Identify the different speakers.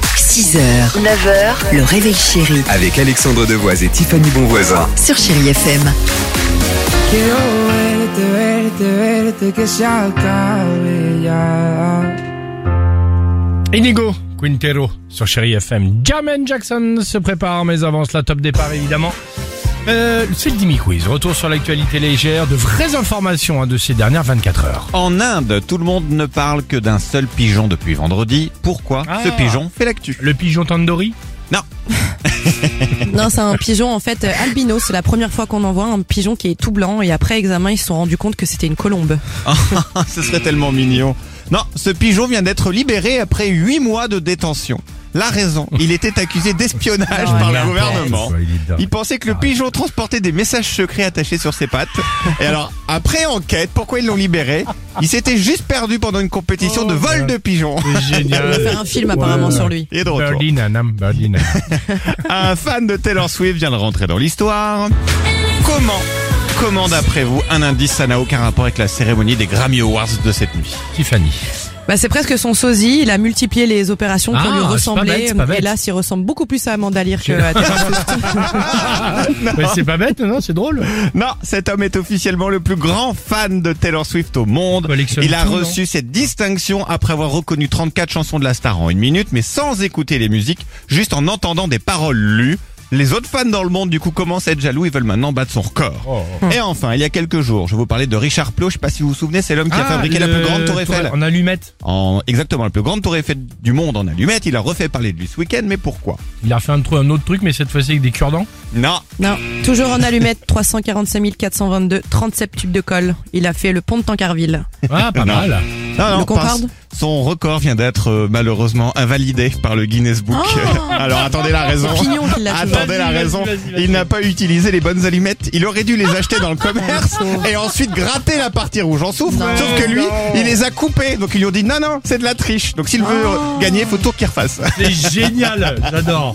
Speaker 1: 6h, 9h, le réveil chéri
Speaker 2: Avec Alexandre Devoise et Tiffany Bonvoisin.
Speaker 1: sur Chéri FM.
Speaker 3: Quiero verte, verte, verte, que se acabe ya.
Speaker 4: Inigo Quintero sur Chéri FM. Jamen Jackson se prépare, mais avance la top départ évidemment. Euh, c'est le Dimi Quiz. Retour sur l'actualité légère, de vraies informations hein, de ces dernières 24 heures.
Speaker 5: En Inde, tout le monde ne parle que d'un seul pigeon depuis vendredi. Pourquoi
Speaker 4: Ah.
Speaker 5: ce pigeon fait l'actu
Speaker 4: Le pigeon tandoori
Speaker 6: Non, c'est un pigeon en fait euh, albino. C'est la première fois qu'on en voit un pigeon qui est tout blanc et après examen ils se sont rendus compte que c'était une colombe.
Speaker 5: Ah, Ce serait tellement mignon. Non, ce pigeon vient d'être libéré après huit mois de détention. La raison, il était accusé d'espionnage
Speaker 4: Ah,
Speaker 5: par le gouvernement. Il pensait que le pigeon transportait des messages secrets attachés sur ses pattes. Et alors, après enquête, pourquoi ils l'ont libéré Il s'était juste perdu pendant une compétition de vol de pigeons.
Speaker 4: C'est
Speaker 6: On va faire
Speaker 4: génial.
Speaker 6: un film apparemment sur lui.
Speaker 5: Et de retour.
Speaker 4: Birdie nanam, birdie nanam.
Speaker 5: Un fan de Taylor Swift vient de rentrer dans l'histoire. Comment Comment d'après vous un indice ça n'a aucun rapport avec la cérémonie des Grammy Awards de cette nuit
Speaker 4: Tiffany.
Speaker 6: Bah, c'est presque son sosie. Il a multiplié les opérations pour
Speaker 4: Ah,
Speaker 6: lui
Speaker 4: c'est pas
Speaker 6: ressembler.
Speaker 4: bête, c'est pas bête.
Speaker 6: Et là, il ressemble beaucoup plus à Amanda Lear que à Taylor Swift.
Speaker 4: Mais c'est pas bête, non C'est drôle.
Speaker 5: Non, cet homme est officiellement le plus grand fan de Taylor Swift au monde.
Speaker 4: Collectionne
Speaker 5: Il a
Speaker 4: tout, Bah, non
Speaker 5: reçu cette distinction après avoir reconnu 34 chansons de la star en une minute, mais sans écouter les musiques, juste en entendant des paroles lues. Les autres fans dans le monde, du coup, commencent à être jaloux et veulent maintenant battre son record.
Speaker 4: Oh.
Speaker 5: Et enfin, il y a quelques jours, je vous parlais de Richard Plow, je sais pas si vous vous souvenez, c'est l'homme qui a fabriqué la
Speaker 4: Ah, le
Speaker 5: plus grande tour Eiffel.
Speaker 4: En allumette.
Speaker 5: en exactement la plus grande tour Eiffel du monde en allumettes. Il a refait parler de lui ce week-end, mais pourquoi
Speaker 4: Il a fait un, trou- un autre truc, mais cette fois-ci avec des cure-dents.
Speaker 5: Non,
Speaker 6: Non, toujours en allumette. 345 422, 37 tubes de colle. Il a fait le pont de Tancarville.
Speaker 4: Ah, pas
Speaker 5: Non.
Speaker 4: mal.
Speaker 5: non, non,
Speaker 6: Le Concorde
Speaker 5: parce- son record vient d'être euh, malheureusement invalidé par le Guinness Book. Alors attendez la raison.
Speaker 6: C'est Oh Pignon qui l'a fait.
Speaker 5: Attendez la
Speaker 4: Vas-y, vas-y,
Speaker 5: raison.
Speaker 4: vas-y, vas-y.
Speaker 5: Il n'a pas utilisé les bonnes allumettes. Il aurait dû les acheter dans le commerce et ensuite gratter la partie rouge. J'en souffre.
Speaker 6: Non.
Speaker 5: Sauf que lui, il les a coupées. Donc ils lui ont dit non, non, c'est de la triche. Donc s'il veut
Speaker 6: Oh.
Speaker 5: euh, gagner, faut tout qu'il refasse.
Speaker 4: C'est génial. J'adore.